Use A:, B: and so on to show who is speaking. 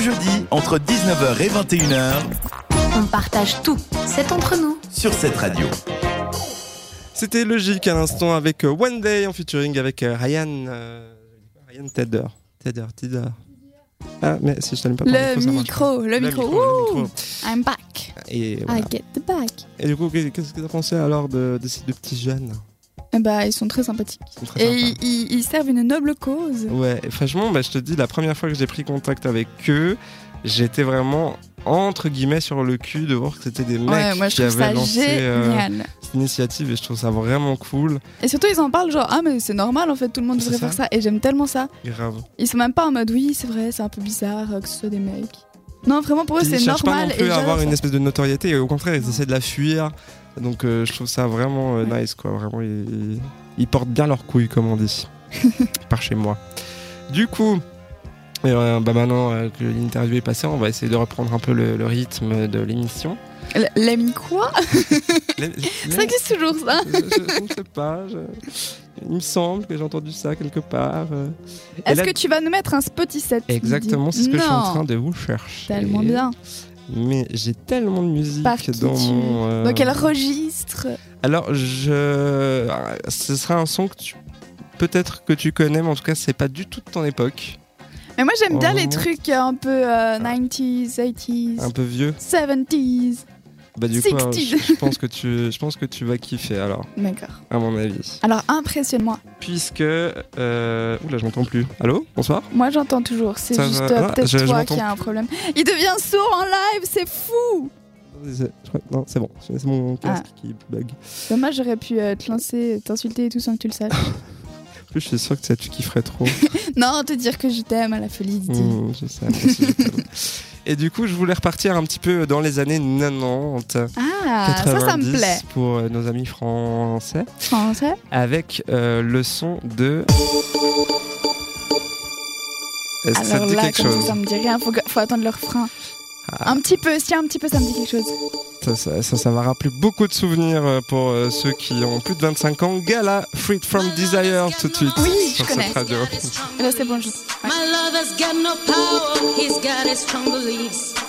A: jeudi entre 19h et 21h
B: On partage tout, c'est entre nous.
A: sur cette radio.
C: C'était logique à l'instant avec euh, One Day en featuring avec euh, Ryan. euh, Ryan Tedder. Tedder, Tedder. Ah, mais si je t'allume pas par
D: Le
C: ça marche pas.
D: micro, le micro.
C: le
D: Ouh, Ah,
C: micro.
D: I'm back.
C: Et, voilà.
D: I get the back.
C: Et du coup, qu'est- qu'est-ce que t'as pensé alors de, de ces deux petits jeunes
D: Eh Bah, ils sont très sympathiques.
C: Ils sont très
D: Et
C: sympas.
D: ils, ils- ils servent une noble cause.
C: Ouais, et franchement, bah, je te dis, la première fois que j'ai pris contact avec eux, j'étais vraiment entre guillemets sur le cul de voir que c'était des mecs
D: ouais, moi je
C: qui
D: trouve ça
C: avaient lancé euh,
D: génial.
C: cette initiative et je trouve ça vraiment cool.
D: Et surtout, ils en parlent genre, ah, mais c'est normal en fait, tout le monde
C: C'est
D: devrait
C: ça.
D: faire ça. Et j'aime tellement ça.
C: Grave.
D: Ils sont même pas en mode, oui, c'est vrai, c'est un peu bizarre euh, que ce soit des mecs. Non, vraiment pour eux,
C: ils
D: c'est
C: cherchent pas
D: normal.
C: non plus
D: et
C: à avoir
D: j'adore
C: une
D: ça.
C: espèce de notoriété et au contraire, ils essaient de la fuir. Donc euh, je trouve ça vraiment euh, nice quoi. Vraiment, ils, ils portent bien leurs couilles comme on dit. Par chez moi. Du coup. et, euh, bah maintenant euh, que l'interview est passée, on va essayer de reprendre un peu le, le rythme de l'émission.
D: L- L'ami quoi
C: Les-
D: Ça
C: les-
D: existe toujours ça
C: je, je- je ne sais pas. je- Il me semble que j'ai entendu ça quelque part. euh. Et
D: Est-ce
C: là-
D: que tu vas nous mettre un ce petit set Lydie
C: Exactement, c'est ce que je suis en
D: Non,
C: train de vous chercher.
D: Tellement bien.
C: Mais j'ai tellement de musique
D: Par qui
C: dans
D: tu-
C: mon. euh,
D: Dans quel registre
C: Alors, je. ah, Ce sera un son que tu. Peut-être que tu connais, mais en tout cas, c'est pas du tout de ton époque.
D: Mais moi j'aime bien
C: Oh. Ah.
D: les trucs euh, un peu euh, 90s, 80s,
C: Un peu vieux.
D: 70s.
C: Bah, du coup, alors,
D: 60s.
C: je, je pense que tu, je pense que tu vas kiffer, alors,
D: D'accord.
C: à mon avis.
D: Alors impressionne-moi.
C: Puisque. Euh... Oula, je m'entends plus. Allô Bonsoir
D: Moi j'entends toujours, c'est
C: Ça
D: juste
C: va.
D: euh,
C: Ah,
D: peut-être
C: je- je
D: toi
C: m'entends
D: qui a un problème. Il devient sourd en live, c'est fou
C: C'est- je crois- Non, c'est bon. C'est mon casque
D: Ah.
C: qui bug.
D: Dommage, j'aurais pu euh, te lancer, t'insulter et tout sans que tu le saches.
C: En plus, je suis sûr que ça, tu kifferais trop.
D: non, te dire que je t'aime à la folie Didi.
C: Mmh, je sais, moi aussi, je t'aime. Et du coup, je voulais repartir un petit peu dans les années 90.
D: Ah, ça, ça me
C: 90,
D: plaît.
C: Pour euh, nos amis français.
D: Français
C: Avec euh, le son de. Est-ce que ça te
D: Alors
C: dit
D: là,
C: quelque
D: comme ça,
C: chose
D: ça me dit rien, faut, que- faut attendre leur frein.
C: Ah.
D: Un petit peu, si un petit peu, ça me dit quelque chose.
C: ça, ça, ça, ça m'a rappelé beaucoup de souvenirs euh, pour euh, ceux qui ont plus de 25 ans. Gala Freed from Desire tout de suite.
D: Oui, je
C: sur
D: connais.
C: cette radio.
D: Et là, c'est bon, je...
E: My lover's got no power, he's got his strong beliefs.